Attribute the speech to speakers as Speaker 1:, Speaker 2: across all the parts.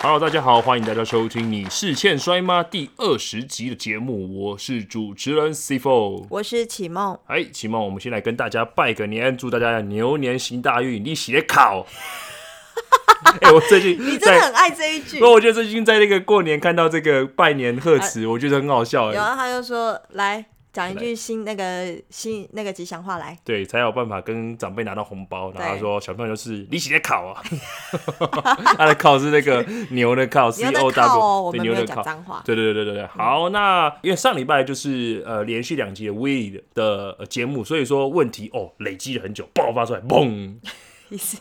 Speaker 1: Hello，大家好，欢迎大家收听《你是欠摔吗》第二十集的节目，我是主持人 C Four。
Speaker 2: 我是 启梦，
Speaker 1: 哎，启梦，我们先来跟大家拜个年，祝大家牛年行大运，你写考。 哎、我最近
Speaker 2: 你真
Speaker 1: 在
Speaker 2: 的很，爱这一 句
Speaker 1: 不。过我觉得最近在那个过年看到这个拜年贺词，我觉得很好笑
Speaker 2: 有
Speaker 1: 哎。
Speaker 2: 啊，他就说来讲一句新那个新那个吉祥话来，
Speaker 1: 对，才有办法跟长辈拿到红包。然后他
Speaker 2: 对
Speaker 1: 说小朋友就是你写考啊，他的考是那个牛的 考，C
Speaker 2: 你要在
Speaker 1: O
Speaker 2: 靠
Speaker 1: W，
Speaker 2: 哦，我
Speaker 1: 对
Speaker 2: 们没
Speaker 1: 牛
Speaker 2: 有
Speaker 1: 的
Speaker 2: 讲嗯
Speaker 1: 考。
Speaker 2: 脏话。
Speaker 1: 对对对对对，好，那因为上礼拜就是呃连续两集的 We 的呃节目，所以说问题哦累积了很久，爆发出来，嘣，
Speaker 2: 意思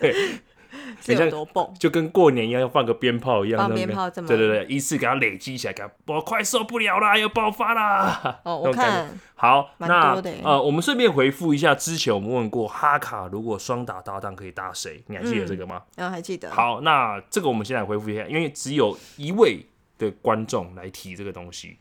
Speaker 1: 对，
Speaker 2: 是
Speaker 1: 像
Speaker 2: 有多蹦？
Speaker 1: 就跟过年一样要放个鞭炮一样，
Speaker 2: 放
Speaker 1: 那种
Speaker 2: 鞭
Speaker 1: 感
Speaker 2: 炮这么
Speaker 1: 对对对，一次给它累积起来，给它我快受不了啦，要爆发啦。
Speaker 2: 哦，
Speaker 1: 那
Speaker 2: 我
Speaker 1: 种感觉
Speaker 2: 看
Speaker 1: 好，
Speaker 2: 蛮
Speaker 1: 那
Speaker 2: 多的耶
Speaker 1: 呃，我们顺便回复一下之前我们问过哈卡，如果双打搭档可以搭谁？你还记得这个吗？
Speaker 2: 然哦后还记得，
Speaker 1: 好，那这个我们先来回复一下，因为只有一位的观众来提这个东西，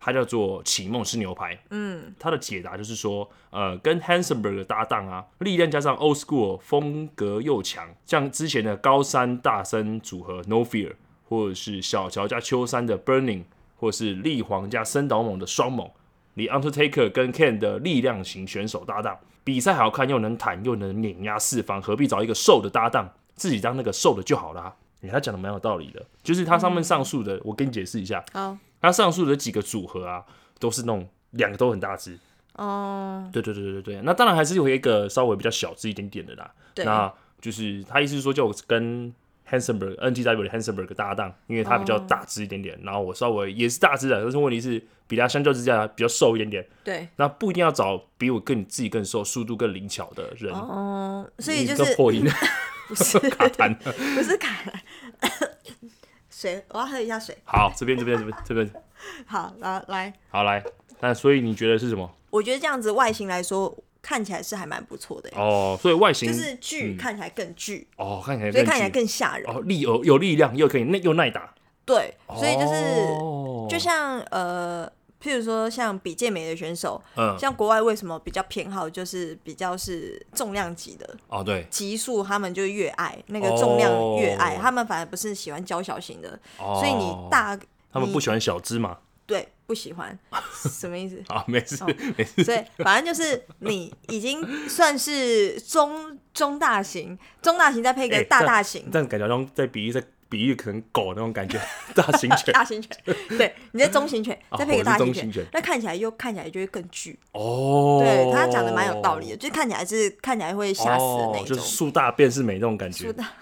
Speaker 1: 他叫做启梦吃牛排。
Speaker 2: 嗯，
Speaker 1: 他的解答就是说，呃，跟 Hansenberg 的搭档啊，力量加上 Old School 风格又强，像之前的高山大森组合 No Fear，或者是小乔加秋山的 Burning，或是力皇加森岛猛的双猛，李 Undertaker 跟 Ken 的力量型选手搭档，比赛好看又能坦又能碾压四方，何必找一个瘦的搭档，自己当那个瘦的就好啦。你他讲的蛮有道理的，就是他上面上述的，我跟你解释一下，
Speaker 2: 好，
Speaker 1: 他上述的几个组合啊，都是那种两个都很大只，
Speaker 2: 哦，
Speaker 1: 对对对对对对，那当然还是有一个稍微比较小只一点点的啦。
Speaker 2: 对，
Speaker 1: 那就是他意思是说叫我跟 Hansenberg NTW 的 Hansenberg 搭档，因为他比较大只一点点，然后我稍微也是大只的，但是问题是比他相较之下比较瘦一点点。
Speaker 2: 对，
Speaker 1: 那不一定要找比我更自己更瘦、速度更灵巧的人。
Speaker 2: 哦，所以就
Speaker 1: 你这
Speaker 2: 是
Speaker 1: 破音
Speaker 2: 不 是
Speaker 1: 卡痰。
Speaker 2: 不是卡了水，我要喝一下水。
Speaker 1: 好，这边这边这边这边，
Speaker 2: 好，然后来，
Speaker 1: 好来。那所以你觉得是什么？
Speaker 2: 我觉得这样子外形来说，看起来是还蛮不错的耶，
Speaker 1: 哦，所以外形、
Speaker 2: 就是巨看起来更巨，
Speaker 1: 哦，看起来
Speaker 2: 所
Speaker 1: 嗯
Speaker 2: 以
Speaker 1: 更
Speaker 2: 看起来
Speaker 1: 巨
Speaker 2: 更吓人。
Speaker 1: 哦力有有力量，又可以耐又耐打，
Speaker 2: 对，所以就是
Speaker 1: 哦
Speaker 2: 就像呃，譬如说像比健美的选手，
Speaker 1: 嗯
Speaker 2: 像国外为什么比较偏好就是比较是重量级的
Speaker 1: 哦对
Speaker 2: 级数，他们就越爱那个重量越爱，
Speaker 1: 哦
Speaker 2: 他们反而不是喜欢娇小型的，
Speaker 1: 哦
Speaker 2: 所以你大
Speaker 1: 他们
Speaker 2: 你
Speaker 1: 不喜欢小芝麻
Speaker 2: 对不喜欢什么意思？
Speaker 1: 啊，没事
Speaker 2: 哦
Speaker 1: 没事，
Speaker 2: 所以反正就是你已经算是中中大型，中大型再配一个
Speaker 1: 哎
Speaker 2: 大
Speaker 1: 这
Speaker 2: 大型。
Speaker 1: 但感觉好像在比喻在比喻可能狗那种感觉， 大型犬
Speaker 2: 大型犬，对，你在中型犬，
Speaker 1: 哦
Speaker 2: 再配一个
Speaker 1: 我是
Speaker 2: 大型
Speaker 1: 中型
Speaker 2: 犬
Speaker 1: 犬，
Speaker 2: 那看起来又看起来就会更巨，
Speaker 1: 哦，
Speaker 2: 对他讲的蛮有道理的，就是看起来是看起来会吓死的那
Speaker 1: 哦
Speaker 2: 一
Speaker 1: 就是
Speaker 2: 种。
Speaker 1: 树大便是美那种感觉
Speaker 2: 树。大，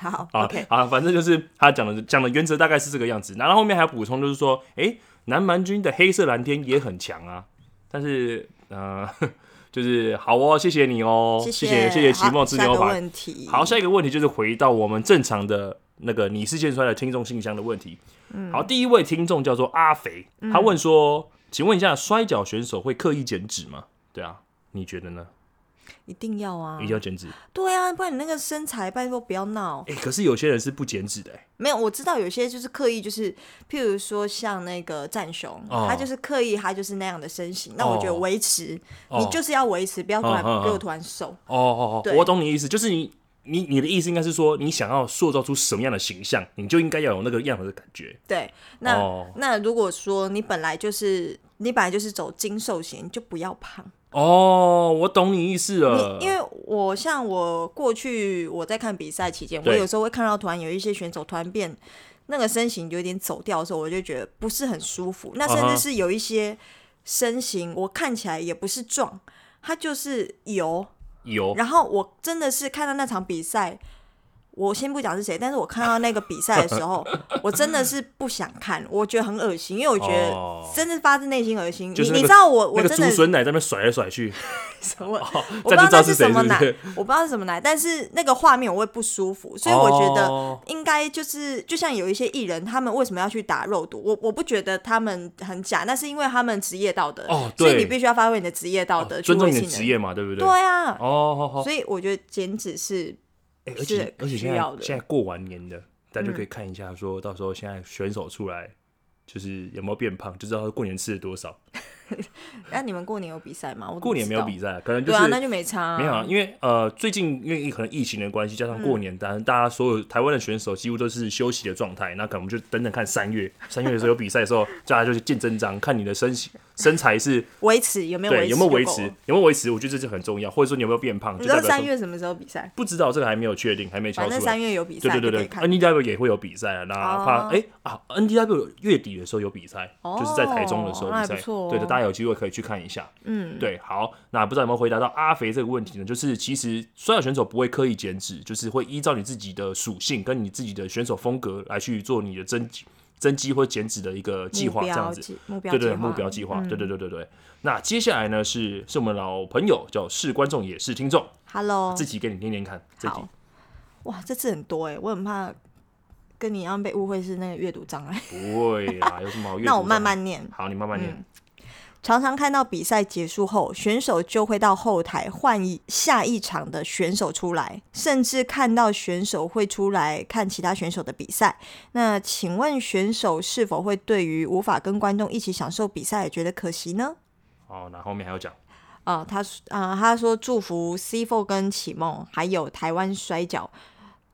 Speaker 2: 好
Speaker 1: 啊
Speaker 2: ，OK，
Speaker 1: 啊，反正就是他讲的讲的原则大概是这个样子。然后后面还补充就是说，诶，南蛮军的黑色蓝天也很强啊，但是呃， 就是好哦，谢谢你哦，谢
Speaker 2: 谢
Speaker 1: 谢谢
Speaker 2: 好
Speaker 1: 齐梦吃
Speaker 2: 下
Speaker 1: 牛
Speaker 2: 个
Speaker 1: 排。
Speaker 2: 问题，
Speaker 1: 好，下一个问题就是回到我们正常的那个你是健衰的听众信箱的问题。
Speaker 2: 嗯
Speaker 1: 好，第一位听众叫做阿肥，他问说：“请问一下，摔跤选手会刻意减脂吗？”对啊，你觉得呢？
Speaker 2: 一定要啊
Speaker 1: 一，定要减脂？
Speaker 2: 对啊，不然你那个身材，拜托不要闹。
Speaker 1: 哎、可是有些人是不减脂的、欸，
Speaker 2: 没有，我知道有些就是刻意，就是譬如说像那个战熊，
Speaker 1: 哦
Speaker 2: 他就是刻意，他就是那样的身形。那
Speaker 1: 哦
Speaker 2: 我觉得维持，
Speaker 1: 哦
Speaker 2: 你就是要维持，不要突然
Speaker 1: 嗯嗯嗯
Speaker 2: 给我突然瘦。
Speaker 1: 哦哦哦，
Speaker 2: 对
Speaker 1: 我懂你的意思，就是你你你的意思应该是说，你想要塑造出什么样的形象，你就应该要有那个样子的感觉。
Speaker 2: 对，那
Speaker 1: 哦
Speaker 2: 那如果说你本来就是你本来就是走精瘦型，你就不要胖。
Speaker 1: 哦，我懂你意思了
Speaker 2: 你，因为我像我过去我在看比赛期间，我
Speaker 1: 对
Speaker 2: 有时候会看到突然有一些选手突然变那个身形有点走掉的时候，我就觉得不是很舒服。那甚
Speaker 1: 嗯哼
Speaker 2: 至是有一些身形我看起来也不是壮，他就是油。
Speaker 1: 有
Speaker 2: 然后我真的是看到那场比赛。我先不讲是谁，但是我看到那个比赛的时候，我真的是不想看，我觉得很恶心，因为我觉
Speaker 1: 哦
Speaker 2: 得真的发自内心恶心。
Speaker 1: 就是那
Speaker 2: 你你
Speaker 1: 个
Speaker 2: 知道我
Speaker 1: 那
Speaker 2: 我
Speaker 1: 个
Speaker 2: 真
Speaker 1: 竹
Speaker 2: 的
Speaker 1: 笋奶在那边甩来甩去，
Speaker 2: 什么？我
Speaker 1: 哦这
Speaker 2: 不知
Speaker 1: 样就
Speaker 2: 道
Speaker 1: 知道
Speaker 2: 那
Speaker 1: 是谁
Speaker 2: 什么
Speaker 1: 是不
Speaker 2: 奶，
Speaker 1: 是
Speaker 2: 我不知道是什么奶，但是那个画面我会不舒服，所以我觉得
Speaker 1: 哦
Speaker 2: 应该就是就像有一些艺人，他们为什么要去打肉毒？我我不觉得他们很假，那是因为他们职业道德，
Speaker 1: 哦
Speaker 2: 所以
Speaker 1: 对哦
Speaker 2: 你必须要发挥你的职业道德，去
Speaker 1: 尊重
Speaker 2: 维
Speaker 1: 你
Speaker 2: 系
Speaker 1: 的职，业嘛，对不对？
Speaker 2: 对啊，
Speaker 1: 哦，好好。
Speaker 2: 所以我觉得减脂是
Speaker 1: 哎、而且而且
Speaker 2: 需
Speaker 1: 现在
Speaker 2: 要的嗯
Speaker 1: 现在过完年的，大家就可以看一下说，到时候现在选手出来就是有没有变胖，就知道他过年吃了多少。
Speaker 2: 那、你们过年有比赛吗？我怎么
Speaker 1: 过年没有
Speaker 2: 知道
Speaker 1: 比赛，可能就
Speaker 2: 对
Speaker 1: 是
Speaker 2: 啊，那就没差、啊。
Speaker 1: 没有啊，因为呃，最近因为可能疫情的关系，
Speaker 2: 嗯
Speaker 1: 加上过年单，大家所有台湾的选手几乎都是休息的状态，那可能我们就等等看三月， 三月的时候有比赛的时候，大家就去见真章，看你的身形身材是
Speaker 2: 维持有没有维
Speaker 1: 对
Speaker 2: 持？
Speaker 1: 有没有维持？，有没有维持，我觉得这是很重要，或者说你有没有变胖，
Speaker 2: 你
Speaker 1: 就
Speaker 2: 知
Speaker 1: 代
Speaker 2: 道
Speaker 1: 表
Speaker 2: 三
Speaker 1: 说
Speaker 2: 月什么时候比赛？
Speaker 1: 不知道这个还没有确定，还没敲
Speaker 2: 反
Speaker 1: 出
Speaker 2: 正
Speaker 1: 来
Speaker 2: 三。月有比赛，
Speaker 1: 对对
Speaker 2: 就可
Speaker 1: 对对
Speaker 2: 以看。
Speaker 1: ，NDW 也会有比赛啊，那怕哎、啊，NDW 月底的时候有比赛，
Speaker 2: 哦
Speaker 1: 就是在台中的时候
Speaker 2: 那
Speaker 1: 比
Speaker 2: 还
Speaker 1: 赛，
Speaker 2: 不错哦
Speaker 1: 对的，大家有机会可以去看一下。
Speaker 2: 嗯，
Speaker 1: 对，好，那不知道有没有回答到阿肥这个问题呢？就是其实摔跤选手不会刻意减脂，就是会依照你自己的属性跟你自己的选手风格来去做你的增肌增肌或减脂的一个计划，
Speaker 2: 目
Speaker 1: 这
Speaker 2: 标
Speaker 1: 样子。
Speaker 2: 计目标
Speaker 1: 对对
Speaker 2: 计
Speaker 1: 对，
Speaker 2: 划嗯
Speaker 1: 目标计划，对对对对对。那接下来呢是是我们老朋友，叫是观众也是听众，
Speaker 2: Hello，
Speaker 1: 这题给你念念看，这题
Speaker 2: 哦好，哇，这次很多哎、我很怕跟你一样被误会是那个阅读障碍。
Speaker 1: 不会啦，有什 么好阅
Speaker 2: 那我
Speaker 1: 读啊
Speaker 2: 慢
Speaker 1: 障碍，
Speaker 2: 慢念。
Speaker 1: 好，你慢慢
Speaker 2: 嗯
Speaker 1: 念。
Speaker 2: 常常看到比赛结束后，选手就会到后台换一下一场的选手出来，甚至看到选手会出来看其他选手的比赛。那请问选手是否会对于无法跟观众一起享受比赛觉得可惜呢？
Speaker 1: 哦，那后面还要讲，
Speaker 2: 啊、他说啊、他说祝福 C Four 跟启梦，还有台湾摔角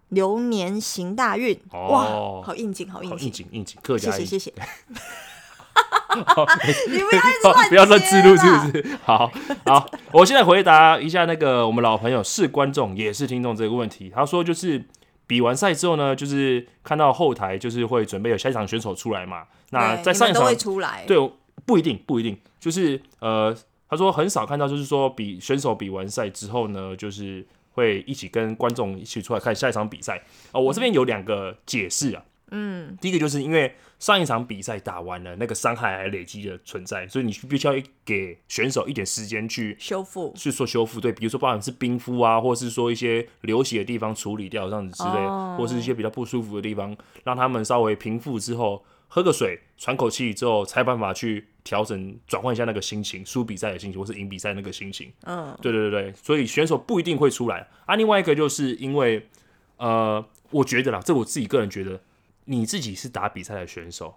Speaker 2: 流年行大运。
Speaker 1: 哦
Speaker 2: 哇，好应景，好应
Speaker 1: 好
Speaker 2: 景
Speaker 1: 应。景应景，客
Speaker 2: 谢
Speaker 1: 家
Speaker 2: 谢
Speaker 1: 应
Speaker 2: 谢
Speaker 1: 景，
Speaker 2: 谢。 你不要一 直
Speaker 1: 好
Speaker 2: 乱
Speaker 1: 不要
Speaker 2: 接
Speaker 1: 乱自录是
Speaker 2: 啦
Speaker 1: 不是？ 好好，我现在回答一下那个我们老朋友是观众也是听众这个问题。他说就是比完赛之后呢，就是看到后台就是会准备有下一场选手出来嘛。那
Speaker 2: 对
Speaker 1: 在上
Speaker 2: 你们
Speaker 1: 一
Speaker 2: 都
Speaker 1: 场
Speaker 2: 会出来，
Speaker 1: 对，不一定，不一定，就是呃，他说很少看到，就是说比选手比完赛之后呢，就是会一起跟观众一起出来看下一场比赛。哦，我这边有两个解释啊，嗯，第一个就是因为上一场比赛打完了，那个伤害还累积的存在，所以你必须要给选手一点时间去
Speaker 2: 修复
Speaker 1: 去做修复，对，比如说包含是冰敷啊，或是说一些流血的地方处理掉这样子之类的，
Speaker 2: 哦
Speaker 1: 或是一些比较不舒服的地方，让他们稍微平复之后，喝个水，喘口气之后，才有办法去调整转换一下那个心情，输比赛的心情，或是赢比赛那个心情。
Speaker 2: 嗯，
Speaker 1: 对对对对，所以选手不一定会出来啊。另外一个就是因为，呃，我觉得啦，这我自己个人觉得，你自己是打比赛的选手，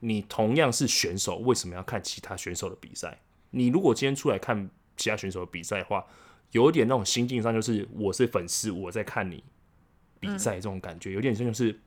Speaker 1: 你同样是选手，为什么要看其他选手的比赛？你如果今天出来看其他选手的比赛的话，有一点那种心境上就是我是粉丝，我在看你比赛这种感觉，有点像就是，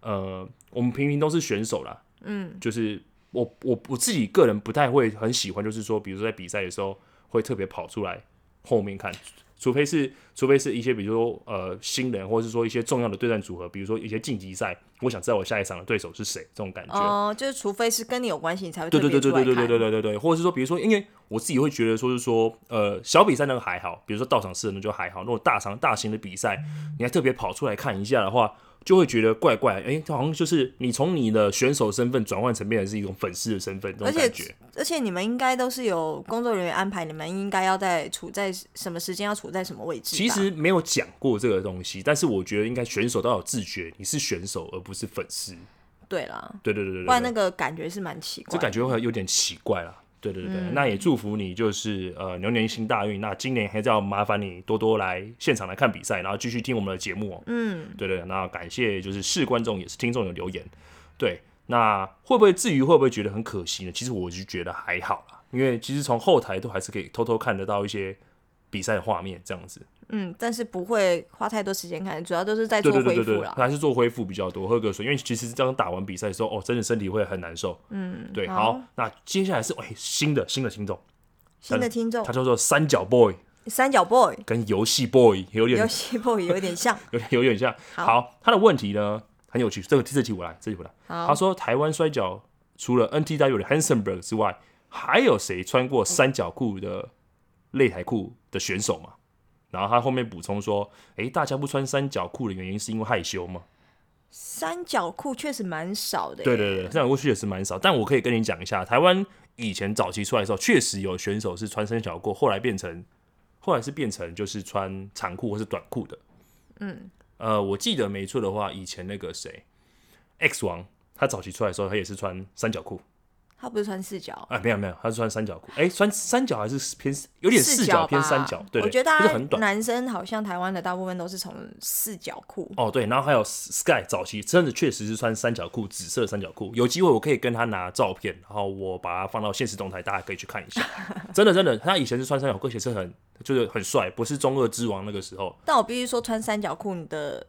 Speaker 1: 呃，我们平平都是选手啦，嗯，就是我我我自己个人不太会很喜欢，就是说，比如说在比赛的时候会特别跑出来后面看，除非是除非是一些比如说呃新人，或者是说一些重要的对战组合，比如说一些晋级赛，我想知道我下一场的对手是谁这种感觉，
Speaker 2: 哦，就是除非是跟你有关系，你才会
Speaker 1: 对
Speaker 2: 特
Speaker 1: 对对
Speaker 2: 别
Speaker 1: 对
Speaker 2: 出
Speaker 1: 对
Speaker 2: 来
Speaker 1: 对对
Speaker 2: 看
Speaker 1: 对对对对，或者是说，比如说，因为我自己会觉得说是说，呃，小比赛那个还好，比如说到场式的那就还好，那种大场大型的比赛，你还特别跑出来看一下的话，就会觉得怪怪，哎、好像就是你从你的选手身份转换成变成是一种粉丝的身份，这
Speaker 2: 而
Speaker 1: 种
Speaker 2: 且
Speaker 1: 感觉。
Speaker 2: 而且你们应该都是有工作人员安排，你们应该要在处在什么时间，要处在什么位置吧。
Speaker 1: 其实没有讲过这个东西，但是我觉得应该选手都要有自觉，你是选手而不是粉丝。
Speaker 2: 对啦，
Speaker 1: 对对对对对
Speaker 2: 不然那个感觉是蛮奇
Speaker 1: 这
Speaker 2: 怪
Speaker 1: 感
Speaker 2: 的。
Speaker 1: 觉会有点奇怪啦。对对对
Speaker 2: 嗯
Speaker 1: 对，那也祝福你，就是呃牛年行大运。那今年还是要麻烦你多多来现场来看比赛，然后继续听我们的节目哦。
Speaker 2: 嗯，
Speaker 1: 对对，那感谢就是是观众也是听众的留言。对，那会不会至于会不会觉得很可惜呢？其实我就觉得还好啦，因为其实从后台都还是可以偷偷看得到一些比赛的画面这样子。
Speaker 2: 嗯，但是不会花太多时间看，主要都是在
Speaker 1: 对
Speaker 2: 做
Speaker 1: 对对
Speaker 2: 恢
Speaker 1: 对
Speaker 2: 复
Speaker 1: 对，
Speaker 2: 啦。
Speaker 1: 还是做恢复比较多，喝个水，因为其实这样打完比赛的时候，哦，真的身体会很难受。嗯，对。好，
Speaker 2: 好
Speaker 1: 那接下来是哎、新的新的听众。
Speaker 2: 新的听众
Speaker 1: 他，叫做三角 boy，
Speaker 2: 三角 boy
Speaker 1: 跟游戏 boy 有
Speaker 2: 游
Speaker 1: 点
Speaker 2: 戏 boy 有 点像。
Speaker 1: 有点有点像。
Speaker 2: 好
Speaker 1: 他的问题呢很有趣，这个这题我来，这题我来。他
Speaker 2: 好，
Speaker 1: 说台湾摔角除了 NTW 的 Hansenberg 之外，还有谁穿过三角裤的擂台裤的选手吗？然后他后面补充说，诶、大家不穿三角裤的原因是因为害羞吗？
Speaker 2: 三角裤确实蛮少的耶。
Speaker 1: 对对对，这样过去也是蛮少，但我可以跟你讲一下，台湾以前早期出来的时候，确实有选手是穿三角裤，后来变成后来是变成就是穿长裤或是短裤的。嗯，呃，我记得没错的话，以前那个谁 X 王，他早期出来的时候，他也是穿三角裤，
Speaker 2: 他不是穿四角，
Speaker 1: 哎，没有没有，他是穿三角裤，哎，穿三角还是偏有点四
Speaker 2: 角
Speaker 1: 角偏三
Speaker 2: 吧
Speaker 1: 角，对
Speaker 2: 我
Speaker 1: 对，
Speaker 2: 觉得
Speaker 1: 就是
Speaker 2: 大
Speaker 1: 很
Speaker 2: 家
Speaker 1: 短。
Speaker 2: 男生好像台湾的大部分都是从四角裤。
Speaker 1: 哦，对，然后还有 Sky 早期真的确实是穿三角裤，紫色三角裤。有机会我可以跟他拿照片，然后我把它放到现实动态，大家可以去看一下。真的真的，他以前是穿三角裤，而且是很就是很帅，不是中二之王那个时候。
Speaker 2: 但我必须说，穿三角裤，你的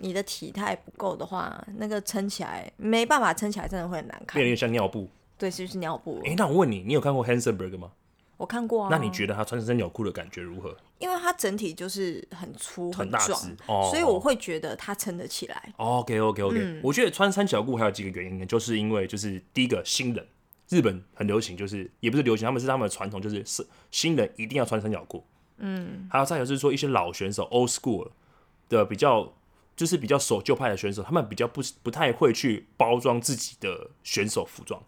Speaker 2: 你的体态不够的话，那个撑起来没办法撑起来，真的会很难看
Speaker 1: 变。得有点像尿布。
Speaker 2: 对，是不是尿布？
Speaker 1: 哎、那我问你，你有看过 Hansenberg 吗？
Speaker 2: 我看过啊。
Speaker 1: 那你觉得他穿三角裤的感觉如何？
Speaker 2: 因为它整体就是很粗
Speaker 1: 很大
Speaker 2: 壮，
Speaker 1: 只哦
Speaker 2: 所以我会嗯觉得它撑得起来。
Speaker 1: OK OK OK，、我觉得穿三角裤还有几个原因呢，就是因为就是第一个新人，日本很流行，就是也不是流行，他们是他们的传统，就是是新人一定要穿三角裤。嗯，还有再有就是说一些老选手 old school 的比较，就是比较守旧派的选手，他们比较不不太会去包装自己的选手服装，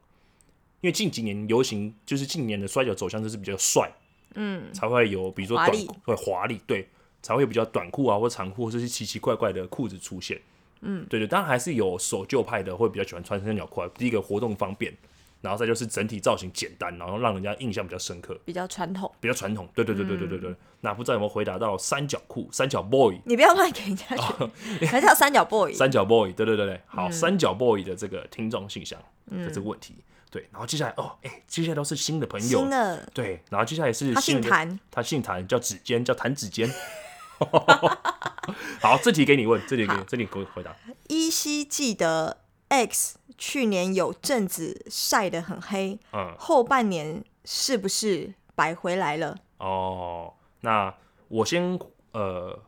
Speaker 1: 因为近几年流行就是近年的摔跤走向就是比较帅，嗯，才会有比如说
Speaker 2: 华
Speaker 1: 短
Speaker 2: 丽
Speaker 1: 裤会华丽，对，才会有比较短裤啊或长裤或者是奇奇怪怪的裤子出现。
Speaker 2: 嗯
Speaker 1: 对对，当然还是有守旧派的会比较喜欢穿三角裤啊。第一个活动方便，然后再就是整体造型简单，然后让人家印象比较深刻，
Speaker 2: 比较传统，
Speaker 1: 比较传统。对对对对
Speaker 2: 嗯
Speaker 1: 对对对。那不知道有没有回答到三角裤、三角 boy、
Speaker 2: 你不要卖给人家 去，哦还是要三角 boy。
Speaker 1: 三角 boy？对对对对，
Speaker 2: 嗯
Speaker 1: 好，三角 boy 的这个听众信箱的这个问题。对，然后接下来哦，哎，接下来都是新的朋友
Speaker 2: 新，的，
Speaker 1: 对，然后接下来是
Speaker 2: 他
Speaker 1: 新
Speaker 2: 姓
Speaker 1: 的
Speaker 2: 谭，
Speaker 1: 他姓谭，叫指尖，叫谭指尖。 好，这题给你问，这题给你，这题给我回答。
Speaker 2: 依稀记得 X 去年有阵子晒得很黑，
Speaker 1: 嗯，
Speaker 2: 后半年是不是白回来了？
Speaker 1: 哦，那我先呃，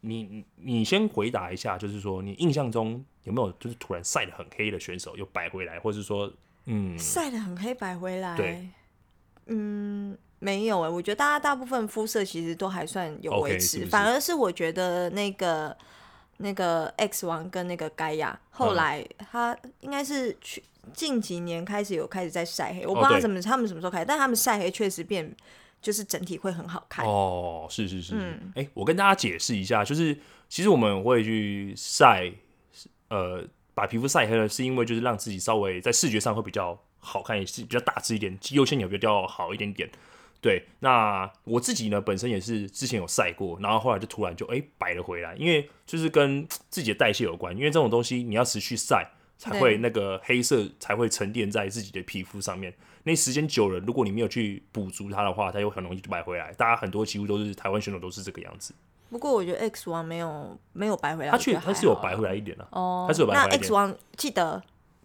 Speaker 1: 你你你先回答一下，就是说你印象中有没有就是突然晒得很黑的选手又摆回来，或者是说嗯
Speaker 2: 晒得很黑白回来，
Speaker 1: 对
Speaker 2: 嗯，没有哎、我觉得大家大部分肤色其实都还算有
Speaker 1: OK，
Speaker 2: 维持
Speaker 1: 是不是
Speaker 2: 反而是我觉得那个那个 X 王跟那个盖亚，
Speaker 1: 嗯
Speaker 2: 后来他应该是去近几年开始有开始在晒黑，我不知
Speaker 1: 哦
Speaker 2: 道他
Speaker 1: 对
Speaker 2: 怎么、他们什么时候开始，但他们晒黑确实变，就是整体会很好看。
Speaker 1: 哦，是是是，哎、我跟大家解释一下，就是其实我们会去晒，呃，把皮肤晒黑了，是因为就是让自己稍微在视觉上会比较好看，也是比较大致一点，肌肉线也比较好一点点。对，那我自己呢，本身也是之前有晒过，然后后来就突然就哎、白了回来，因为就是跟自己的代谢有关，因为这种东西你要持续晒，才
Speaker 2: 对
Speaker 1: 会那个黑色才会沉淀在自己的皮肤上面。那时间久了，如果你没有去补足它的话，它又很容易就白回来。大家很多几乎都是台湾选手都是这个样子，
Speaker 2: 不过我觉得 X 王没有没有白回来，
Speaker 1: 他
Speaker 2: 我觉
Speaker 1: 确
Speaker 2: 得
Speaker 1: 他是有
Speaker 2: 还好
Speaker 1: 白回来一点啊，
Speaker 2: 哦，
Speaker 1: 他是有白
Speaker 2: 那
Speaker 1: 回来一
Speaker 2: X
Speaker 1: 点。
Speaker 2: 王记得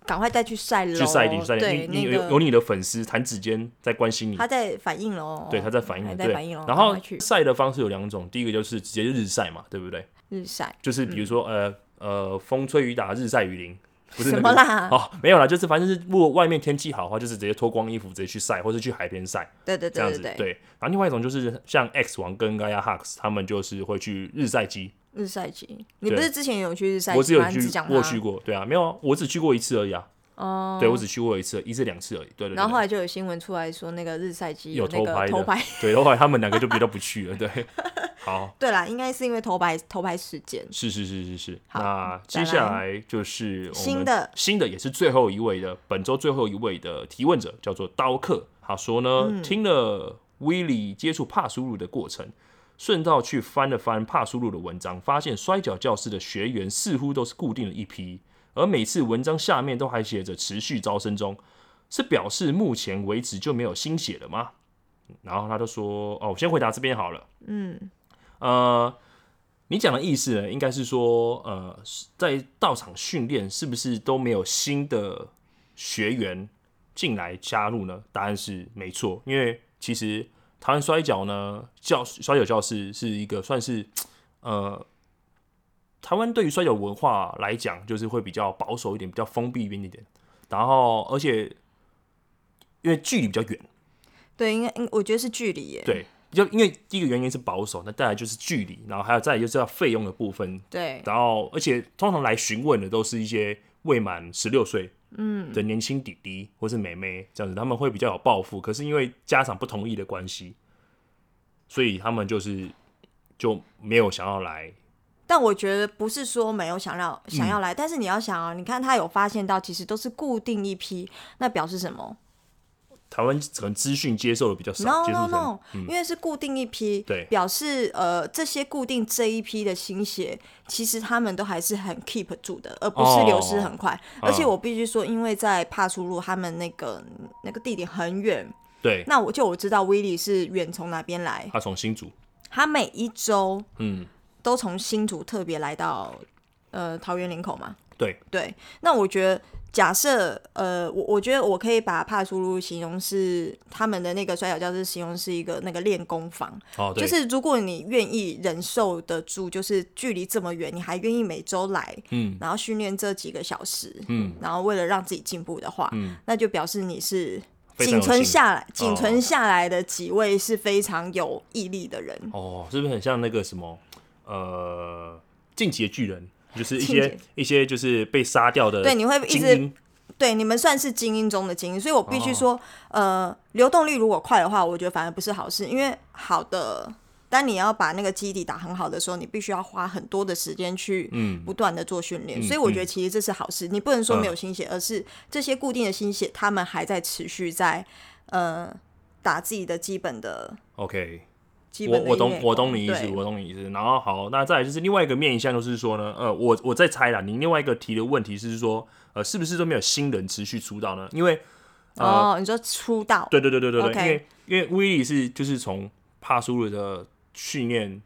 Speaker 2: 赶快再去晒喽，
Speaker 1: 去晒一点，去晒一
Speaker 2: 对，
Speaker 1: 点，你你
Speaker 2: 那
Speaker 1: 有
Speaker 2: 个
Speaker 1: 有你的粉丝弹指间在关心你
Speaker 2: 他，在反应喽，
Speaker 1: 对，他在反
Speaker 2: 还
Speaker 1: 应你，
Speaker 2: 在
Speaker 1: 对
Speaker 2: 反应哦。
Speaker 1: 然
Speaker 2: 赶
Speaker 1: 后
Speaker 2: 快去
Speaker 1: 晒的方式有两种，第一个就是直接日晒嘛，对不对？
Speaker 2: 日晒，
Speaker 1: 就是比如说呃呃，风吹雨打，日晒雨淋，不是
Speaker 2: 什
Speaker 1: 那
Speaker 2: 么
Speaker 1: 个
Speaker 2: 啦？
Speaker 1: 哦，没有啦，就是反正是如果外面天气好的话，就是直接脱光衣服直接去晒，或是去海边晒。
Speaker 2: 对对
Speaker 1: 这样
Speaker 2: 对
Speaker 1: 子。
Speaker 2: 对，
Speaker 1: 然后另外一种就是像 X 王跟 Gaia Hux，他们就是会去日晒机，
Speaker 2: 日晒机，你不
Speaker 1: 对
Speaker 2: 是之前有去日晒机吗？
Speaker 1: 我只有
Speaker 2: 你
Speaker 1: 去
Speaker 2: 只讲，
Speaker 1: 我有去
Speaker 2: 他
Speaker 1: 过，对啊，没有啊，我只去过一次而已啊。
Speaker 2: 哦。
Speaker 1: 对，我只去过一次，一次两次而已。对对对。
Speaker 2: 然后后来就有新闻出来说，那个日晒机
Speaker 1: 有
Speaker 2: 那个
Speaker 1: 偷
Speaker 2: 偷
Speaker 1: 拍
Speaker 2: 拍。
Speaker 1: 对，后来他们两个就比较不去了。对，好，
Speaker 2: 对啦，应该是因为偷拍偷拍事件。
Speaker 1: 是是是是是。
Speaker 2: 好
Speaker 1: 那
Speaker 2: 再
Speaker 1: 接下来就是我们
Speaker 2: 新的
Speaker 1: 新的也是最后一位的，本周最后一位的提问者叫做刀客，他说呢，
Speaker 2: 嗯
Speaker 1: 听了威利接触帕苏鲁的过程，顺道去翻了翻帕苏鲁的文章，发现摔跤教室的学员似乎都是固定的一批，而每次文章下面都还写着持续招生中，是表示目前为止就没有新血了吗？然后他就说，哦，我先回答这边好了，嗯，呃。你讲的意思呢，应该是说，呃，在到场训练是不是都没有新的学员进来加入呢？答案是没错，因为其实台湾摔跤呢，教摔跤教室是一个算是呃，台湾对于摔跤文化来讲，就是会比较保守一点，比较封闭一点点。然后，而且因为距离比较远，
Speaker 2: 对，应该应我觉得是距离耶。
Speaker 1: 对，就因为第一个原因是保守，那再来就是距离，然后还有再来就是要费用的部分，
Speaker 2: 对
Speaker 1: 然后而且通常来询问的都是一些未满十六岁嗯的年轻弟弟或是妹妹这样子，他们会比较有抱负，可是因为家长不同意的关系，所以他们就是就没有想要来。
Speaker 2: 但我觉得不是说没有想要
Speaker 1: 嗯
Speaker 2: 想要来，但是你要想啊，你看他有发现到，其实都是固定一批，那表示什么？
Speaker 1: 台湾可能资讯接受的比较少
Speaker 2: No
Speaker 1: 接触
Speaker 2: No
Speaker 1: 层
Speaker 2: No，、因为是固定一批，
Speaker 1: 嗯对
Speaker 2: 表示呃这些固定这一批的新鞋，其实他们都还是很 keep 住的，而不
Speaker 1: 哦
Speaker 2: 是流失很快。而且
Speaker 1: 嗯
Speaker 2: 我必须说，因为在帕苏路他们那个那个地点很远，
Speaker 1: 对，
Speaker 2: 那我就我知道威利是远从哪边来，
Speaker 1: 他从新竹，
Speaker 2: 他每一周
Speaker 1: 嗯，
Speaker 2: 都从新竹特别来到呃桃园林口嘛。
Speaker 1: 对，
Speaker 2: 对，那我觉得假设呃，我我觉得我可以把帕苏鲁形容是他们的那个摔跤教室，形容是一个那个练功房，
Speaker 1: 哦，对，
Speaker 2: 就是如果你愿意忍受得住，就是距离这么远，你还愿意每周来，
Speaker 1: 嗯
Speaker 2: 然后训练这几个小时，
Speaker 1: 嗯，
Speaker 2: 然后为了让自己进步的话，
Speaker 1: 嗯，
Speaker 2: 那就表示你是。
Speaker 1: 非常有
Speaker 2: 仅存
Speaker 1: 劲
Speaker 2: 下来，仅
Speaker 1: 哦
Speaker 2: 存下来的几位是非常有毅力的人。
Speaker 1: 哦，是不是很像那个什么，呃，进击的巨人，就是一
Speaker 2: 进击
Speaker 1: 些一些就是被杀掉的
Speaker 2: 对你会一
Speaker 1: 精
Speaker 2: 直
Speaker 1: 英，
Speaker 2: 对，你们算是精英中的精英，所以我
Speaker 1: 哦
Speaker 2: 必须说，呃，流动率如果快的话，我觉得反而不是好事，因为好的，当你要把那个基底打很好的时候，你必须要花很多的时间去
Speaker 1: 嗯
Speaker 2: 不断的做训练，
Speaker 1: 嗯
Speaker 2: 所以我觉得其实这是好事，你不能说没有新血，而是这些固定的新血，他们还在持续在呃打自己的基本的
Speaker 1: ，OK，
Speaker 2: 基
Speaker 1: 我
Speaker 2: 本的
Speaker 1: 我
Speaker 2: 一
Speaker 1: 懂
Speaker 2: 类
Speaker 1: 我懂你意思，
Speaker 2: 对
Speaker 1: 我懂你意思。然后好，那再来就是另外一个面向，就是说呢，呃，我我在猜啦，你另外一个提的问题是说，呃，是不是都没有新人持续出道呢？因为呃
Speaker 2: 哦，你说出道
Speaker 1: 对对对对对对
Speaker 2: OK
Speaker 1: 因为因为威利是就是从帕苏鲁的训练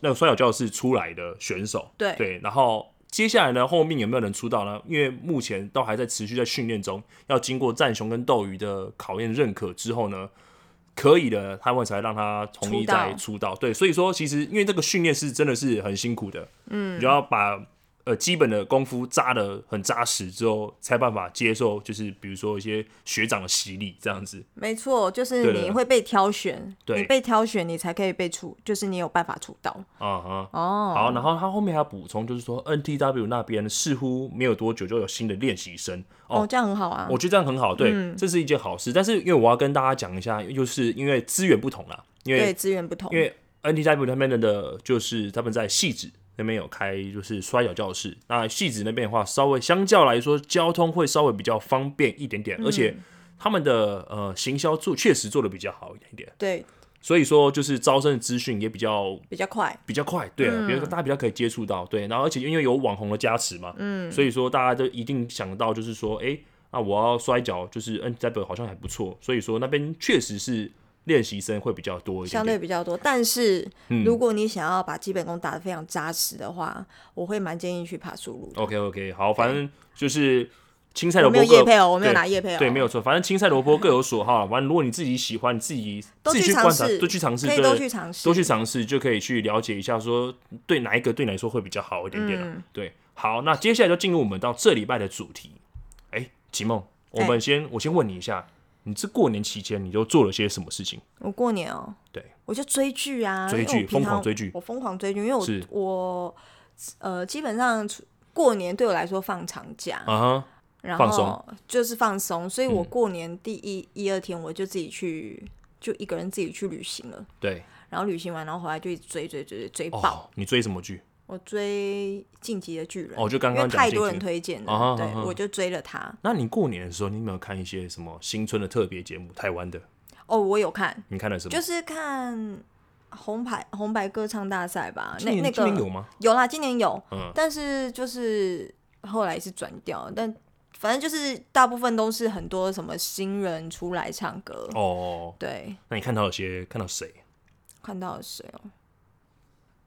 Speaker 1: 那个摔跤教室出来的选手，
Speaker 2: 对
Speaker 1: 对，然后。接下来呢，后面有没有人出道呢？因为目前都还在持续在训练中，要经过战雄跟斗鱼的考验认可之后呢，可以的，他们才让他同意
Speaker 2: 出道
Speaker 1: 再出道。对，所以说其实因为这个训练是真的是很辛苦的，嗯，你就要把呃基本的功夫扎的很扎实之后，才办法接受就是比如说一些学长的洗礼这样子。
Speaker 2: 没错，就是
Speaker 1: 对对
Speaker 2: 你
Speaker 1: 对
Speaker 2: 会被挑选，
Speaker 1: 对
Speaker 2: 你被挑选，你才可以被出，就是你有办法出道
Speaker 1: 啊哈。
Speaker 2: 哦。
Speaker 1: 好，然后他后面还要补充，就是说 NTW 那边似乎没有多久就有新的练习生
Speaker 2: 哦，
Speaker 1: 哦。
Speaker 2: 这样很好啊。
Speaker 1: 我觉得这样很好，对，这是一件好事。但是因为我要跟大家讲一下，就是因为资源不同啦，因为
Speaker 2: 对资源不同，
Speaker 1: 因为 NTW 他们的就是他们在戏子那边有开就是摔跤教室，那戏子那边的话，稍微相较来说交通会稍微比较方便一点
Speaker 2: 嗯
Speaker 1: 点，而且他们的呃行销做确实做的比较好一点点，
Speaker 2: 对
Speaker 1: 所以说就是招生的资讯也比较。
Speaker 2: 比较快，
Speaker 1: 比较快，对、
Speaker 2: 嗯
Speaker 1: 啊，比较大家比较可以接触到，对，然后而且因为有网红的加持嘛，嗯，所以说大家都一定想到就是说，诶，那我要摔跤，就是 NTW 好像还不错，所以说那边确实是练习生会比较多一点嗯
Speaker 2: 相
Speaker 1: 点
Speaker 2: 对比较多。但是如果你想要把基本功打得非常扎实的话，我会蛮建议去爬苏路的。
Speaker 1: OK OK，好，反正就是青菜
Speaker 2: 我
Speaker 1: 萝
Speaker 2: 没
Speaker 1: 卜
Speaker 2: 有叶
Speaker 1: 各
Speaker 2: 配哦，我没有
Speaker 1: 对
Speaker 2: 拿叶配哦，
Speaker 1: 对，没有错，反正青菜萝卜各有所好。反正如果你自己喜欢，你自己
Speaker 2: 都
Speaker 1: 自己
Speaker 2: 去尝
Speaker 1: 观察，
Speaker 2: 试
Speaker 1: 都去尝试，
Speaker 2: 可以
Speaker 1: 对
Speaker 2: 都去尝试，
Speaker 1: 多去尝试，就可以去了解一下，说对哪一个对你来说会比较好一点点、啊
Speaker 2: 嗯
Speaker 1: 对，好，那接下来就进入我们到这礼拜的主题。哎、秦梦，我们先、我先问你一下，你这过年期间你都做了些什么事情？
Speaker 2: 我过年哦，
Speaker 1: 对，
Speaker 2: 我就追剧啊，
Speaker 1: 追
Speaker 2: 因为
Speaker 1: 剧
Speaker 2: 我平
Speaker 1: 疯狂
Speaker 2: 常
Speaker 1: 追剧
Speaker 2: 我疯狂追剧，因为我
Speaker 1: 是
Speaker 2: 我呃基本上除过年对我来说放长假，
Speaker 1: 啊哈，
Speaker 2: 然
Speaker 1: 放
Speaker 2: 后
Speaker 1: 松嗯
Speaker 2: 就是放松，所以我过年第一、一二天我就自己去，就一个人自己去旅行了。
Speaker 1: 对，
Speaker 2: 然后旅行完，然后回来就一直追追追追追爆。
Speaker 1: 哦，你追什么剧？
Speaker 2: 我追《晋级的巨人》，
Speaker 1: 哦就刚刚
Speaker 2: 因为
Speaker 1: 讲
Speaker 2: 太
Speaker 1: 进
Speaker 2: 多
Speaker 1: 去
Speaker 2: 人推荐了，
Speaker 1: 啊哈
Speaker 2: 对、
Speaker 1: 啊哈
Speaker 2: 我就追了他。
Speaker 1: 那你过年的时候，你有没有看一些什么新春的特别节目？台湾的，
Speaker 2: 哦，我有看，
Speaker 1: 你看了什么？
Speaker 2: 就是看红牌红白歌唱大赛吧。
Speaker 1: 今
Speaker 2: 那
Speaker 1: 年
Speaker 2: 那
Speaker 1: 今年有
Speaker 2: 个
Speaker 1: 吗？
Speaker 2: 有啦，今年有，
Speaker 1: 嗯
Speaker 2: 但是就是后来是转掉了，但反正就是大部分都是很多什么新人出来唱歌。
Speaker 1: 哦，
Speaker 2: 对，
Speaker 1: 那你看到有些看到谁？
Speaker 2: 看到了谁哦？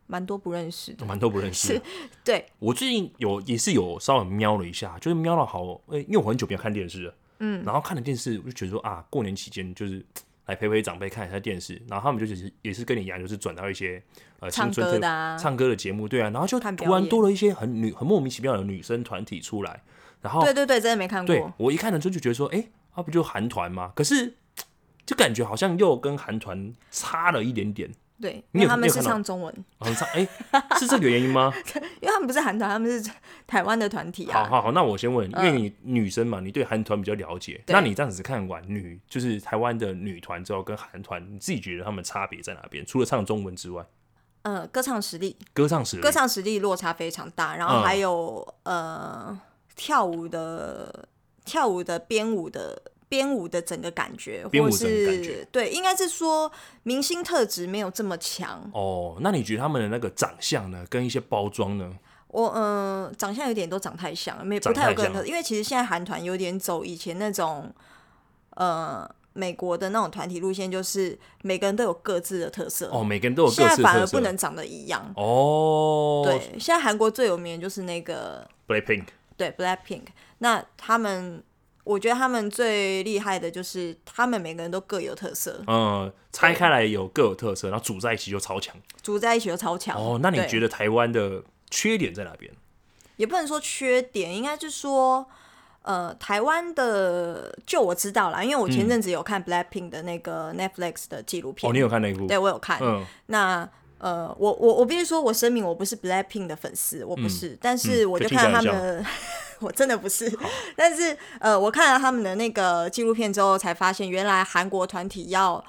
Speaker 2: 蛮多不认识的。
Speaker 1: 蛮多不认识的。
Speaker 2: 对，
Speaker 1: 我最近有也是有稍微瞄了一下，就是瞄了好，呃因为我很久没有看电视了，嗯，然后看了电视，我就觉得说啊，过年期间就是来陪陪长辈看一下电视，然后他们就只是也是跟你一样，就是转到一些呃
Speaker 2: 唱
Speaker 1: 青春
Speaker 2: 歌
Speaker 1: 特
Speaker 2: 的啊
Speaker 1: 唱歌的节目，对啊，然后就
Speaker 2: 看表
Speaker 1: 突然
Speaker 2: 演
Speaker 1: 多了一些很女很莫名其妙的女生团体出来，然后
Speaker 2: 对哦对对，真的没看
Speaker 1: 哦对
Speaker 2: 过。
Speaker 1: 我一看呢，就就觉得说，哎、啊不就韩团吗？可是就感觉好像又跟韩团差了一点点。
Speaker 2: 对，
Speaker 1: 你
Speaker 2: 因
Speaker 1: 有
Speaker 2: 为他们
Speaker 1: 你有
Speaker 2: 是
Speaker 1: 看到
Speaker 2: 唱中文，
Speaker 1: 好像差，哎、是这个原因吗？
Speaker 2: 因为他们不是韩团，他们是台湾的团体
Speaker 1: 好
Speaker 2: 啊。
Speaker 1: 好好，那我先问，因为你女生嘛，你对韩团比较了解，
Speaker 2: 对
Speaker 1: 那你这样子看完女就是台湾的女团之后跟韩团，你自己觉得他们差别在哪边？除了唱中文之外，
Speaker 2: 呃，歌唱实力，
Speaker 1: 歌唱实力
Speaker 2: 歌唱实力落差非常大，然后
Speaker 1: 嗯
Speaker 2: 还有、呃跳舞的跳舞的编舞的编舞的整个感觉，
Speaker 1: 编舞
Speaker 2: 或
Speaker 1: 整个感觉
Speaker 2: 是对，应该是说明星特质没有这么强。
Speaker 1: 哦，那你觉得他们的那个长相呢，跟一些包装呢？
Speaker 2: 我嗯、呃长相有点都长太像了，没
Speaker 1: 长
Speaker 2: 不
Speaker 1: 太
Speaker 2: 太有个人
Speaker 1: 像
Speaker 2: 特，因为其实现在韩团有点走以前那种呃美国的那种团体路线，就是每个人都有各自的特色。
Speaker 1: 哦，每个人都有各
Speaker 2: 嗯现在
Speaker 1: 自的
Speaker 2: 反而
Speaker 1: 特
Speaker 2: 不
Speaker 1: 色。
Speaker 2: 能长得一样。
Speaker 1: 哦，
Speaker 2: 对，现在韩国最有名的就是那个
Speaker 1: ，Blackpink
Speaker 2: 对 Blackpink，那他们我觉得他们最厉害的就是他们每个人都各有特色，
Speaker 1: 嗯，拆开来有各有特色，然后组在一起就超强。
Speaker 2: 组在一起就超强。
Speaker 1: 哦，那你
Speaker 2: 对
Speaker 1: 觉得台湾的缺点在哪边？
Speaker 2: 也不能说缺点，应该是说。呃，台湾的就我知道啦，因为我前阵子有看 Blackpink 的那个 Netflix 的纪录片，
Speaker 1: 嗯哦，你有看那一部？
Speaker 2: 对我有看。
Speaker 1: 嗯，
Speaker 2: 那呃，我我我必须说，我声明我不是 Blackpink 的粉丝，我不是，但是我就
Speaker 1: 嗯可以
Speaker 2: 看
Speaker 1: 听
Speaker 2: 了他
Speaker 1: 起来
Speaker 2: 们的， 我真的不是，但是呃，我看了他们的那个纪录片之后，才发现原来韩国团体要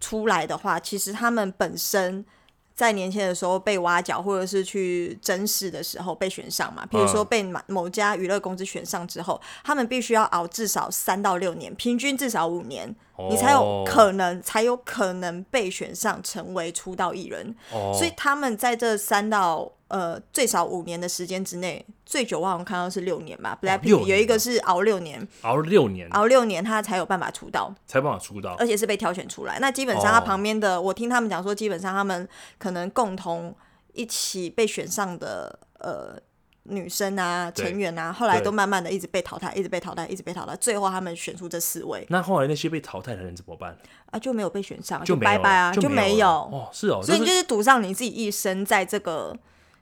Speaker 2: 出来的话，其实他们本身。在年轻的时候被挖角，或者是去甄试的时候被选上嘛，譬如说
Speaker 1: 嗯
Speaker 2: 被某某家娱乐公司选上之后，他们必须要熬至少三到六年，平均至少五年，
Speaker 1: 哦
Speaker 2: 你才有可能才有可能被选上成为出道艺人。
Speaker 1: 哦，
Speaker 2: 所以他们在这三到呃最少五年的时间之内，最久我好像看到是六年吧。
Speaker 1: 六
Speaker 2: Blackpink
Speaker 1: 年嗯
Speaker 2: 有一个是熬六年，
Speaker 1: 熬了六年
Speaker 2: 熬六年他才有办法出道，
Speaker 1: 才办法出道。
Speaker 2: 而且是被挑选出来。那基本上他
Speaker 1: 哦
Speaker 2: 旁边的，我听他们讲说，基本上他们可能共同一起被选上的呃。女生啊，
Speaker 1: 对
Speaker 2: 成员啊，后来
Speaker 1: 对
Speaker 2: 都慢慢的一直被淘汰，一直被淘汰，一直被淘汰，最后他们选出这四位
Speaker 1: 那后来那些被淘汰的人怎么办？
Speaker 2: 啊，就没有被选上，
Speaker 1: 就没有
Speaker 2: 拜拜啊，
Speaker 1: 就
Speaker 2: 没
Speaker 1: 有了
Speaker 2: 有。
Speaker 1: 哦，是哦，
Speaker 2: 所以你
Speaker 1: 就
Speaker 2: 就是是赌上你自己一生在这个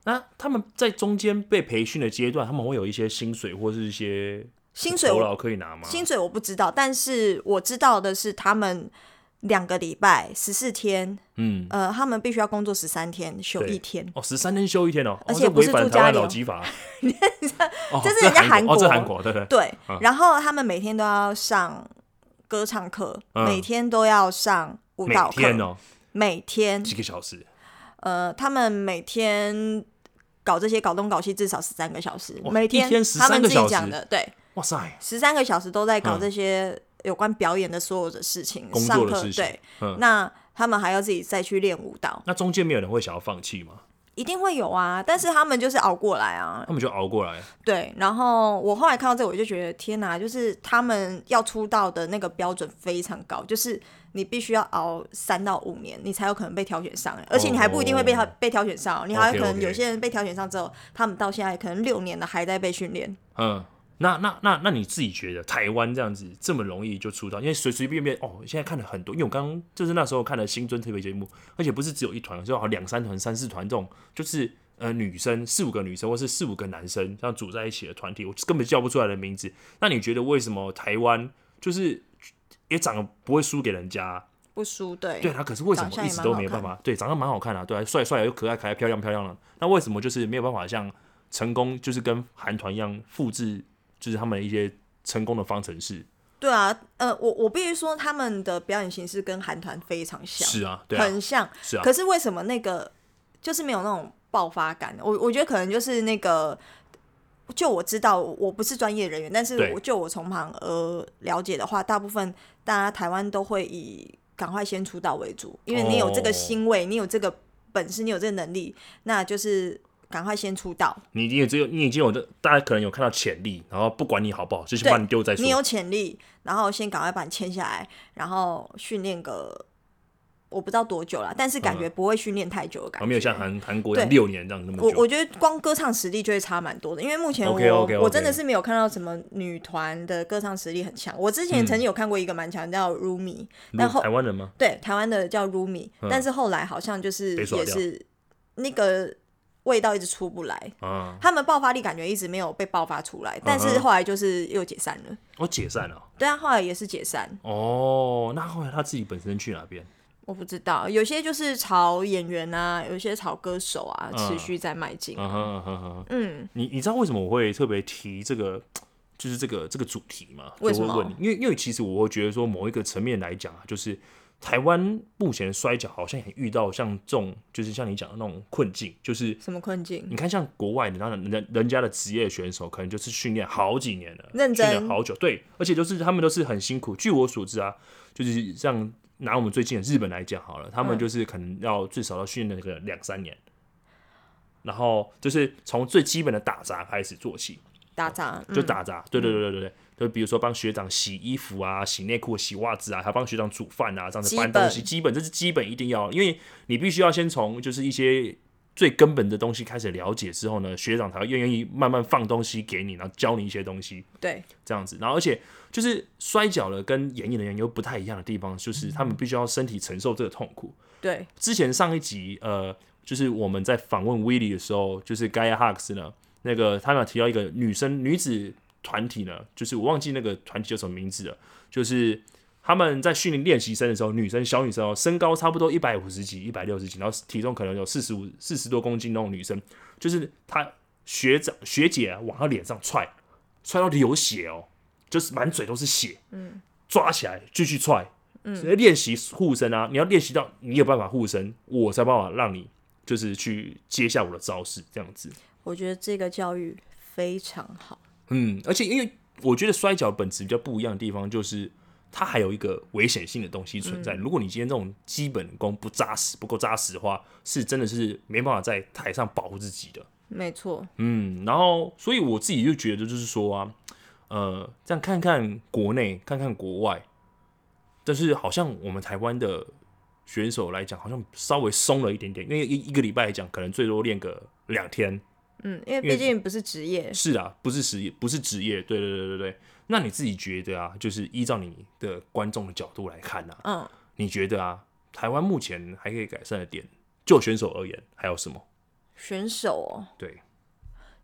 Speaker 1: 那他们在中间被培训的阶段，他们会有一些薪水或是一些
Speaker 2: 薪水
Speaker 1: 酬
Speaker 2: 我
Speaker 1: 劳可以拿吗？
Speaker 2: 薪水我不知道，但是我知道的是他们两个礼拜十四天，
Speaker 1: 嗯，
Speaker 2: 呃，他们必须要工作十三天，休
Speaker 1: 对
Speaker 2: 一天，
Speaker 1: 哦，十三天休一天哦，
Speaker 2: 而
Speaker 1: 哦
Speaker 2: 且
Speaker 1: 这
Speaker 2: 不是
Speaker 1: 违反
Speaker 2: 住
Speaker 1: 台湾
Speaker 2: 家里
Speaker 1: 劳
Speaker 2: 哦
Speaker 1: 基 法。啊哦
Speaker 2: 这是人家
Speaker 1: 韩国，哦，
Speaker 2: 韩
Speaker 1: 这
Speaker 2: 国
Speaker 1: 韩国，对对。
Speaker 2: 对
Speaker 1: 嗯。
Speaker 2: 然后他们每天都要上歌唱课，
Speaker 1: 嗯
Speaker 2: 每天都要上舞
Speaker 1: 每
Speaker 2: 蹈课，
Speaker 1: 天哦，
Speaker 2: 每天
Speaker 1: 几个小时
Speaker 2: 呃，他们每天。搞这些搞东搞西，至少十三个小时，
Speaker 1: 哇
Speaker 2: 每
Speaker 1: 一天13
Speaker 2: 他们自
Speaker 1: 个
Speaker 2: 己
Speaker 1: 小
Speaker 2: 讲
Speaker 1: 时
Speaker 2: 的，对，
Speaker 1: 哇塞，
Speaker 2: 十三个小时都在搞
Speaker 1: 嗯
Speaker 2: 这些有关表演的所有的事情，
Speaker 1: 工
Speaker 2: 上
Speaker 1: 作的
Speaker 2: 课
Speaker 1: 事情
Speaker 2: 对，
Speaker 1: 嗯
Speaker 2: 那他们还要自己再去练舞蹈，
Speaker 1: 那中间没有人会想要放弃吗？
Speaker 2: 一定会有啊。但是他们就是熬过来啊，
Speaker 1: 他们就熬过来，
Speaker 2: 对。然后我后来看到这，我就觉得天哪，就是他们要出道的那个标准非常高，就是你必须要熬三到五年，你才有可能被挑选上、欸而且你还不一定会被挑
Speaker 1: 哦
Speaker 2: 被挑选上哦，你还有可
Speaker 1: OK，OK
Speaker 2: 能有些人被挑选上之后，他们到现在可能六年了还在被训练。
Speaker 1: 嗯，那那那那你自己觉得台湾这样子这么容易就出道？因为随随便便哦，现在看了很多，因为我刚刚就是那时候看了新尊特别节目，而且不是只有一团，就好像两三团、三四团这种，就是呃女生四五个女生或是四五个男生这样组在一起的团体，我根本叫不出来的名字。那你觉得为什么台湾就是也长得不会输给人家？
Speaker 2: 不输对，
Speaker 1: 对啊，可是为什么
Speaker 2: 欸长相
Speaker 1: 一
Speaker 2: 也
Speaker 1: 直
Speaker 2: 蛮
Speaker 1: 都
Speaker 2: 好
Speaker 1: 没有办
Speaker 2: 看
Speaker 1: 法？对，长得蛮好看的、啊，对、啊，帅帅的又可爱可爱，漂亮漂亮的。那为什么就是没有办法像成功，就是跟韩团一样复制，就是他们一些成功的方程式？
Speaker 2: 对啊，呃，我我必须说他们的表演形式跟韩团非常像，
Speaker 1: 是啊，对啊，
Speaker 2: 很像。
Speaker 1: 是啊
Speaker 2: 可，是为什么那个就是没有那种爆发感？我我觉得可能就是那个，就我知道我不是专业人员，但是
Speaker 1: 对
Speaker 2: 我就我从旁而了解的话，大部分大家台湾都会以赶快先出道为主，因为你有这
Speaker 1: 哦
Speaker 2: 个欣慰，你有这个本事，你有这个能力，那就是赶快先出道。
Speaker 1: 你你也只有你已经有的，大家可能有看到潜力，然后不管你好不好，就先
Speaker 2: 对
Speaker 1: 把你丢在说
Speaker 2: 你。有潜力，然后先赶快把你签下来，然后训练个我不知道多久啦，但是感觉不会训练太久的感
Speaker 1: 然后嗯
Speaker 2: 觉。
Speaker 1: 哦没有像韩韩国
Speaker 2: 对
Speaker 1: 人六年这样那么
Speaker 2: 我
Speaker 1: 久。
Speaker 2: 我觉得光歌唱实力就会差蛮多的，因为目前我
Speaker 1: OK，OK，OK
Speaker 2: 我真的是没有看到什么女团的歌唱实力很强。我之
Speaker 1: 嗯
Speaker 2: 前曾经有看过一个蛮强的叫 Rumi，、
Speaker 1: 如
Speaker 2: 但后
Speaker 1: 台湾人吗？
Speaker 2: 对台湾的叫 Rumi，、
Speaker 1: 嗯
Speaker 2: 但是后来好像就是
Speaker 1: 被刷
Speaker 2: 也
Speaker 1: 掉
Speaker 2: 是那个味道一直出不来，
Speaker 1: 啊，
Speaker 2: 他们爆发力感觉一直没有被爆发出来，但
Speaker 1: 嗯
Speaker 2: 是
Speaker 1: 哼
Speaker 2: 后来就是又解散了。
Speaker 1: 哦，解散了。
Speaker 2: 对啊，后来也是解散。
Speaker 1: 哦，那后来他自己本身去哪边？
Speaker 2: 我不知道，有些就是炒演员啊，有些炒歌手啊，
Speaker 1: 嗯
Speaker 2: 持续在迈进。
Speaker 1: 嗯哼嗯哼嗯哼。
Speaker 2: 嗯，
Speaker 1: 你你知道为什么我会特别提这个，就是这个这个主题吗？
Speaker 2: 为什么
Speaker 1: 就会问你，因为因为其实我会觉得说，某一个层面来讲啊，就是台湾目前的摔跤好像也遇到像这种，就是像你讲的那种困境，就是
Speaker 2: 什么困境？
Speaker 1: 你看像国外的，那人人家的职业选手可能就是训练好几年了，
Speaker 2: 认真
Speaker 1: 训练好久，对，而且都是他们都是很辛苦。据我所知啊，就是像拿我们最近的日本来讲好了，他们
Speaker 2: 嗯
Speaker 1: 就是可能要最少要训练个两三年。然后就是从最基本的打杂开始做起，
Speaker 2: 打杂？
Speaker 1: 就
Speaker 2: 嗯
Speaker 1: 打杂，对对对对对对，就比如说帮学长洗衣服啊、洗内裤、洗袜子啊，还帮学长煮饭啊，这样子
Speaker 2: 基
Speaker 1: 搬
Speaker 2: 本
Speaker 1: 东西，基本这是基本一定要，因为你必须要先从就是一些最根本的东西开始了解之后呢，学长才会愿意慢慢放东西给你，然后教你一些东西
Speaker 2: 嗯对，
Speaker 1: 这样子，然后而且就是摔跤了跟演艺人员又不太一样的地方，就是他们
Speaker 2: 嗯
Speaker 1: 必须要身体承受这个痛苦，
Speaker 2: 对，
Speaker 1: 之前上一集呃，就是我们在访问 w i l l y 的时候，就是 Gaia Hux 呢，那个他们有提到一个女生女子团体呢，就是我忘记那个团体叫什么名字了，就是他们在训练练习生的时候，女生小女生哦，身高差不多一百五十几、一百六十几，然后体重可能有四十五、四十多公斤那种女生，就是她学长学姐、啊、往她脸上踹，踹到流血哦，就是满嘴都是血，嗯，抓起来继续踹，所以练习护身啊，你要练习到你有办法护身，我才有办法让你就是去接下我的招式这样子。
Speaker 2: 我觉得这个教育非常好。
Speaker 1: 嗯，而且因为我觉得摔跤本质比较不一样的地方就是。它还有一个危险性的东西存在。如果你今天这种基本功不扎实、不够扎实的话，是真的是没办法在台上保护自己的。
Speaker 2: 没错，
Speaker 1: 嗯，然后所以我自己就觉得就是说啊，呃，这样看看国内，看看国外，但是好像我们台湾的选手来讲，好像稍微松了一点点，因为一一个礼拜来讲，可能最多练个两天。
Speaker 2: 嗯，因为
Speaker 1: 因为
Speaker 2: 毕竟不是职业，
Speaker 1: 是啊，不是职业，不是职业，对对对对对。那你自己觉得啊，就是依照你的观众的角度来看啊，
Speaker 2: 嗯，
Speaker 1: 你觉得啊，台湾目前还可以改善的点，就选手而言，还有什么？
Speaker 2: 选手哦，
Speaker 1: 对，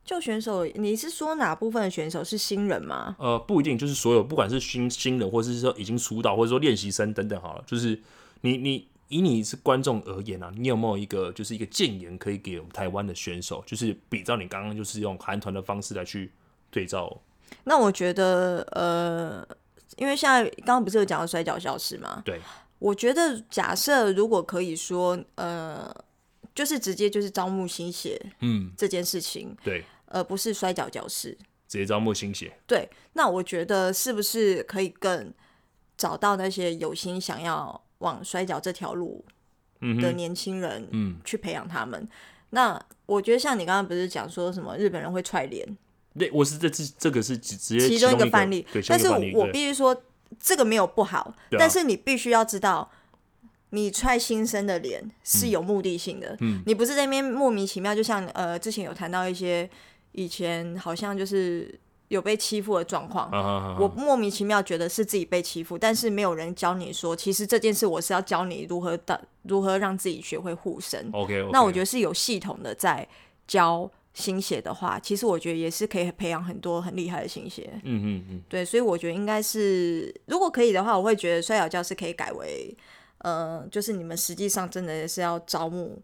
Speaker 2: 就选手，你是说哪部分的选手是新人吗？
Speaker 1: 呃，不一定，就是所有，不管是新新人，或是说已经出道，或者说练习生等等，好了，就是你你以你是观众而言啊，你有没有一个就是一个建言可以给我们台湾的选手，就是比照你刚刚就是用韩团的方式来去对照，
Speaker 2: 那我觉得，呃，因为现在刚刚不是有讲到摔跤消失吗？
Speaker 1: 对，
Speaker 2: 我觉得假设如果可以说，呃，就是直接就是招募新血
Speaker 1: 嗯，
Speaker 2: 这件事情，
Speaker 1: 对，
Speaker 2: 而、不是摔跤教室。
Speaker 1: 直接招募新血，
Speaker 2: 对，那我觉得是不是可以更找到那些有心想要往摔跤这条路
Speaker 1: 嗯
Speaker 2: 的
Speaker 1: 哼，
Speaker 2: 年轻人，
Speaker 1: 嗯，
Speaker 2: 去培养他们？那我觉得像你刚刚不是讲说什么日本人会踹脸，
Speaker 1: 对，我是这次这个是直直接
Speaker 2: 其中一
Speaker 1: 一
Speaker 2: 个范例
Speaker 1: 对，，
Speaker 2: 但
Speaker 1: 其
Speaker 2: 是
Speaker 1: 中一个
Speaker 2: 我
Speaker 1: 范
Speaker 2: 必
Speaker 1: 例
Speaker 2: 须说这个没有不好，
Speaker 1: 对啊
Speaker 2: 但是你必须要知道，你踹新生的脸是有目的性的，
Speaker 1: 嗯
Speaker 2: 你不是在那边莫名其妙，就像呃之前有谈到一些以前好像就是有被欺负的状况。
Speaker 1: 对啊啊啊啊
Speaker 2: 我莫名其妙觉得是自己被欺负，但是没有人教你说，其实这件事我是要教你如何的如何让自己学会护身。
Speaker 1: OK，, o k
Speaker 2: 那我觉得是有系统的在教新血的话，其实我觉得也是可以培养很多很厉害的新血。
Speaker 1: 嗯嗯嗯，
Speaker 2: 对，所以我觉得应该是，如果可以的话，我会觉得摔跤教室可以改为，呃，就是你们实际上真的是要招募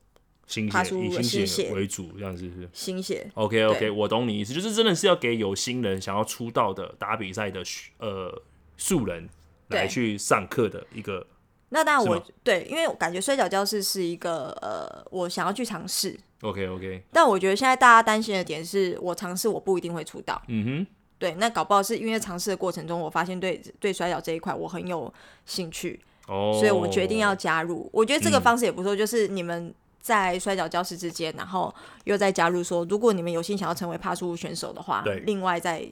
Speaker 1: 新
Speaker 2: 爬
Speaker 1: 血
Speaker 2: 出
Speaker 1: 以新
Speaker 2: 了
Speaker 1: 血
Speaker 2: 新血
Speaker 1: 为主，这样子是不是。
Speaker 2: 新血。
Speaker 1: OK OK，
Speaker 2: 对
Speaker 1: 我懂你意思，就是真的是要给有新人想要出道的打比赛的呃素人来
Speaker 2: 对
Speaker 1: 去上课的一个，
Speaker 2: 那当然
Speaker 1: 是
Speaker 2: 我
Speaker 1: 吗
Speaker 2: 对，因为我感觉摔跤教室是一个呃，我想要去尝试，
Speaker 1: OK OK，
Speaker 2: 但我觉得现在大家担心的点是我尝试我不一定会出道。
Speaker 1: 嗯
Speaker 2: 对，那搞不好是因为尝试的过程中，我发现对对摔跤这一块我很有兴趣，
Speaker 1: 哼，哦，嗯
Speaker 2: 所以我决定要加入。我觉得这个方式也不错，就是你们在摔跤教室之间，然后又再加入说，如果你们有心想要成为帕术选手的话
Speaker 1: 对，
Speaker 2: 另外再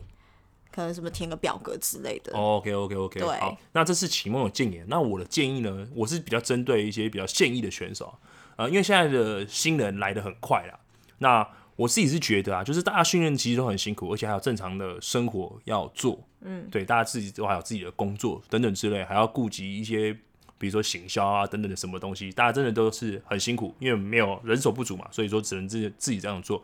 Speaker 2: 可能什么填个表格之类的。
Speaker 1: OK OK OK，
Speaker 2: 对
Speaker 1: 好，那这是启梦的建言。那我的建议呢，我是比较针对一些比较现役的选手啊，呃，因为现在的新人来的很快啦。那我自己是觉得啊，就是大家训练其实都很辛苦，而且还有正常的生活要做，嗯，对，大家自己都还有自己的工作等等之类，还要顾及一些。比如说行销啊等等的什么东西，大家真的都是很辛苦，因为没有人手不足嘛，所以说只能自己自己这样做。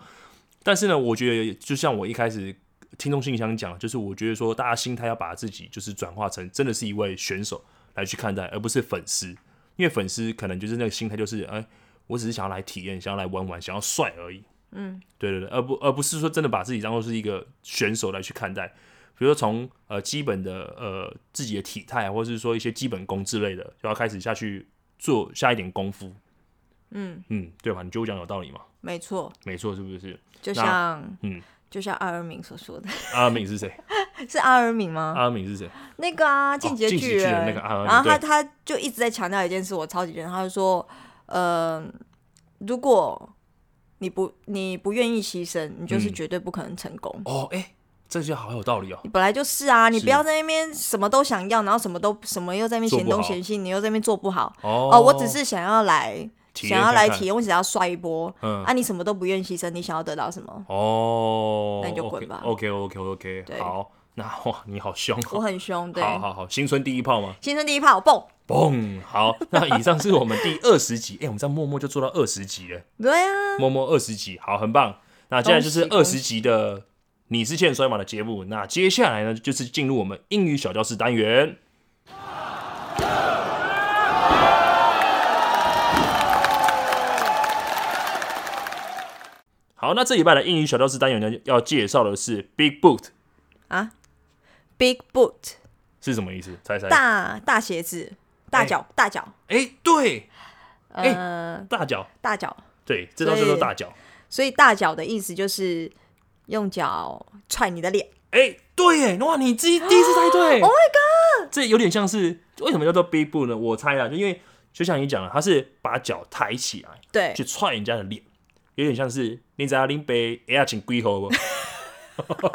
Speaker 1: 但是呢，我觉得就像我一开始听众信箱讲，就是我觉得说大家心态要把自己就是转化成真的是一位选手来去看待，而不是粉丝，因为粉丝可能就是那个心态就是，哎、我只是想要来体验，想要来玩玩，想要帅而已。嗯，对对对，而不而不是说真的把自己当做是一个选手来去看待。比如说从呃基本的呃自己的体态啊，或是说一些基本功之类的，就要开始下去做下一点功夫。
Speaker 2: 嗯，
Speaker 1: 嗯，对吧？你觉得我讲有道理吗？
Speaker 2: 没错，
Speaker 1: 没错，是不是？
Speaker 2: 就像
Speaker 1: 嗯，
Speaker 2: 就像阿尔敏所说的，
Speaker 1: 阿敏是谁？
Speaker 2: 是阿尔敏吗？
Speaker 1: 阿敏是谁？
Speaker 2: 那个啊，进击
Speaker 1: 啊哦
Speaker 2: 的啊
Speaker 1: 进击
Speaker 2: 巨
Speaker 1: 巨
Speaker 2: 人，
Speaker 1: 人那个阿尔敏
Speaker 2: 然后他
Speaker 1: 对
Speaker 2: 他就一直在强调一件事，我超级认同，他就说，呃，如果你不你不愿意牺牲，你就是
Speaker 1: 嗯
Speaker 2: 绝对不可能成功。
Speaker 1: 哦，哎、这句好有道理哦。
Speaker 2: 你本来就是啊，你
Speaker 1: 是
Speaker 2: 不要在那边什么都想要，然后什么都什么又在那边
Speaker 1: 做
Speaker 2: 嫌
Speaker 1: 不
Speaker 2: 东
Speaker 1: 好
Speaker 2: 嫌西，你又在那边做不好。
Speaker 1: 哦
Speaker 2: 哦，我只是想要来，
Speaker 1: 体
Speaker 2: 想
Speaker 1: 验
Speaker 2: 要
Speaker 1: 看
Speaker 2: 来
Speaker 1: 看
Speaker 2: 体验，我只要帅一波。
Speaker 1: 嗯
Speaker 2: 啊，你什么都不愿意牺牲，你想要得到什么？
Speaker 1: 哦，
Speaker 2: 那你就滚吧
Speaker 1: OK OK OK，,
Speaker 2: 对
Speaker 1: 好，那哇，你好凶、
Speaker 2: 我
Speaker 1: 哦，
Speaker 2: 很凶，对。
Speaker 1: 好好好，新春第一炮吗？
Speaker 2: 新生第一炮，蹦！
Speaker 1: 嘣，好，那以上是我们第二十集，哎、我们这样默默就做到二十集了，
Speaker 2: 对啊，
Speaker 1: 默默二十集，好，很棒。那接下来就是二
Speaker 2: 恭喜
Speaker 1: 十集的你是欠摔马的节目，那接下来呢就是进入我们英语小教室单元。好，那这礼拜的英语小教室单元呢，要介绍的是 Big Boot
Speaker 2: 啊，Big Boot，
Speaker 1: 是什么意思？猜猜？
Speaker 2: 大大鞋子，大脚，大脚，
Speaker 1: 哎、对，哎
Speaker 2: 呃，
Speaker 1: 大脚，
Speaker 2: 大脚。
Speaker 1: 对，这招
Speaker 2: 所以
Speaker 1: 叫做大脚。
Speaker 2: 所以大脚的意思就是用脚踹你的脸。
Speaker 1: 哎、对耶，哇，你自己第一次猜对 ，Oh my god！这有点像是为什么叫做 big boot 呢？我猜啊，就因为就像你讲的，他是把脚抬起来
Speaker 2: 对
Speaker 1: 去，踹人家的脸，有点像是你只要拎杯 air 请龟头不？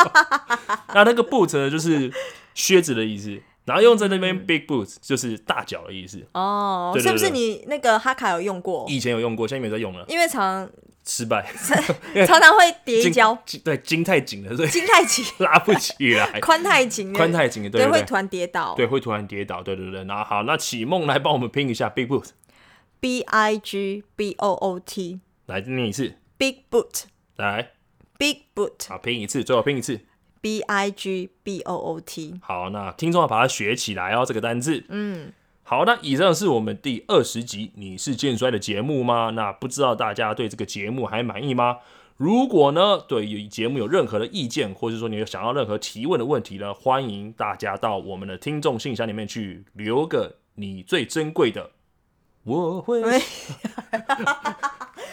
Speaker 1: 那那个 boot 呢，就是靴子的意思，然后用在那边 big boot 就是大脚的意思。
Speaker 2: 哦，
Speaker 1: 对对
Speaker 2: 是不是
Speaker 1: 对
Speaker 2: 你那个哈卡有用过？
Speaker 1: 以前有用过，现在没有在用了，
Speaker 2: 因为常
Speaker 1: 失败，
Speaker 2: 常常会叠一
Speaker 1: 筋
Speaker 2: 跤，
Speaker 1: 筋对筋太紧了，所以
Speaker 2: 筋太紧，
Speaker 1: 拉不起 来，
Speaker 2: 宽太紧，
Speaker 1: 宽太紧了，对
Speaker 2: 对，
Speaker 1: 对
Speaker 2: 会
Speaker 1: 对。
Speaker 2: 突然跌倒。
Speaker 1: 对，会突然跌倒，对对对。然后好，那启梦来帮我们拼一下 Big Boot，
Speaker 2: B I G B O O T
Speaker 1: 来念一次，
Speaker 2: Big Boot
Speaker 1: 来，
Speaker 2: Big Boot
Speaker 1: 好拼一次，最后拼一次。
Speaker 2: B I G B O O T
Speaker 1: 好，那听众要把它学起来哦，这个单字。
Speaker 2: 嗯，
Speaker 1: 好，那以上是我们第二十集《你是健衰》的节目吗？那不知道大家对这个节目还满意吗？如果呢，对于节目有任何的意见，或者说你有想要任何提问的问题呢，欢迎大家到我们的听众信箱里面去留个你最珍贵的。我会，
Speaker 2: 喂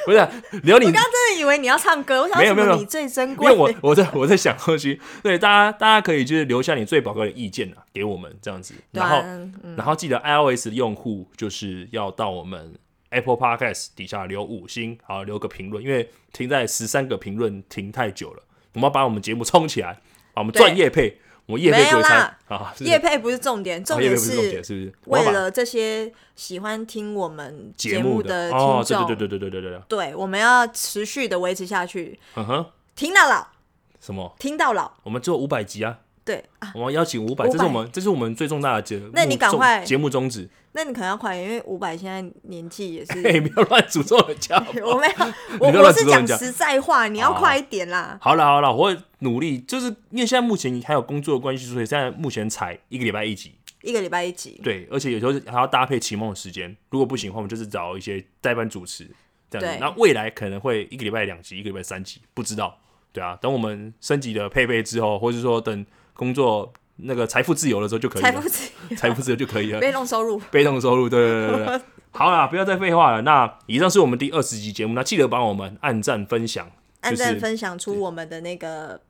Speaker 1: 不是啊留你
Speaker 2: 我刚刚真的以为你要唱歌，我想
Speaker 1: 没有
Speaker 2: 什
Speaker 1: 没有
Speaker 2: 么
Speaker 1: 没有
Speaker 2: 你最珍
Speaker 1: 因为
Speaker 2: 贵？
Speaker 1: 我我在我在想东西，对大家大家可以就是留下你最宝贵的意见啊，给我们这样子，
Speaker 2: 对
Speaker 1: 然
Speaker 2: 啊
Speaker 1: 后
Speaker 2: 嗯，
Speaker 1: 然后记得 iOS 的用户就是要到我们 Apple Podcast 底下留五星，好留个评论，因为停在十三个评论停太久了，我们要把我们节目冲起来，把我们
Speaker 2: 对
Speaker 1: 赚业配，我们业配
Speaker 2: 没
Speaker 1: 不
Speaker 2: 有
Speaker 1: 会
Speaker 2: 啦
Speaker 1: 猜啊，是
Speaker 2: 叶配不是重点，重
Speaker 1: 啊业配不
Speaker 2: 点
Speaker 1: 是重点
Speaker 2: 是
Speaker 1: 是不是？我
Speaker 2: 为
Speaker 1: 要把
Speaker 2: 了这些喜欢听我们
Speaker 1: 节
Speaker 2: 目
Speaker 1: 的
Speaker 2: 听
Speaker 1: 哦，对
Speaker 2: 众，
Speaker 1: 对对对对对对对，
Speaker 2: 对我们要持续的维持下去，
Speaker 1: 嗯哼，
Speaker 2: 听到老，
Speaker 1: 什么？
Speaker 2: 听到老，
Speaker 1: 我们做五百集啊，
Speaker 2: 对啊，
Speaker 1: 我们邀请五百，
Speaker 2: 500
Speaker 1: 这是我们这是我们最重大的节目，
Speaker 2: 那你赶快
Speaker 1: 节目宗旨。
Speaker 2: 那你可能要快，因为伍佰现在年纪也是
Speaker 1: 嘿，不要乱诅咒人家好不好。
Speaker 2: 我没有，
Speaker 1: 不要
Speaker 2: 我
Speaker 1: 乱哦
Speaker 2: 我
Speaker 1: 指
Speaker 2: 是
Speaker 1: 责人
Speaker 2: 讲
Speaker 1: 家
Speaker 2: 实在话，你要快一点啦。
Speaker 1: 好了好了，我会努力，就是因为现在目前还有工作的关系，所以现在目前才一个礼拜一集。
Speaker 2: 一个礼拜一集，
Speaker 1: 对，而且有时候还要搭配期末的时间，如果不行的话，我们就是找一些代班主持这样子
Speaker 2: 对。
Speaker 1: 那未来可能会一个礼拜两集，一个礼拜三集，不知道。对啊，等我们升级的配备之后，或者说等工作那个财富自由的时候就可以
Speaker 2: 财
Speaker 1: 了
Speaker 2: 富，自由，
Speaker 1: 财富自由就可 以了。
Speaker 2: 被动收 入。
Speaker 1: 被动收入，对对对对 对。好啦，不要再废话了。那以上是我们第二十集节目，那记得帮我们按赞、分享，
Speaker 2: 按
Speaker 1: 就是
Speaker 2: 赞分享出我们的那个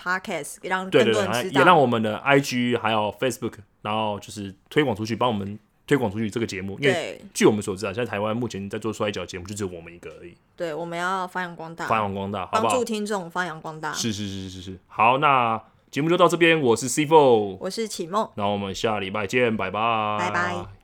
Speaker 2: podcast，让
Speaker 1: 对
Speaker 2: 更
Speaker 1: 对对，
Speaker 2: 多人
Speaker 1: 还
Speaker 2: 知
Speaker 1: 也让
Speaker 2: 道。
Speaker 1: 我们的 IG 还有 Facebook，然后就是推广出去，帮我们推广出去这个节目。因为
Speaker 2: 对
Speaker 1: 据我们所知啊，现在台湾目前在做摔跤节目就只有我们一个而已，
Speaker 2: 对，我们要发扬光大，
Speaker 1: 发扬光大，好不
Speaker 2: 嗯帮
Speaker 1: 好
Speaker 2: 助？听众发扬光大。
Speaker 1: 是是是是是，好，那节目就到这边，我是 C Four，
Speaker 2: 我是启梦。
Speaker 1: 那我们下礼拜见，拜拜，
Speaker 2: 拜拜。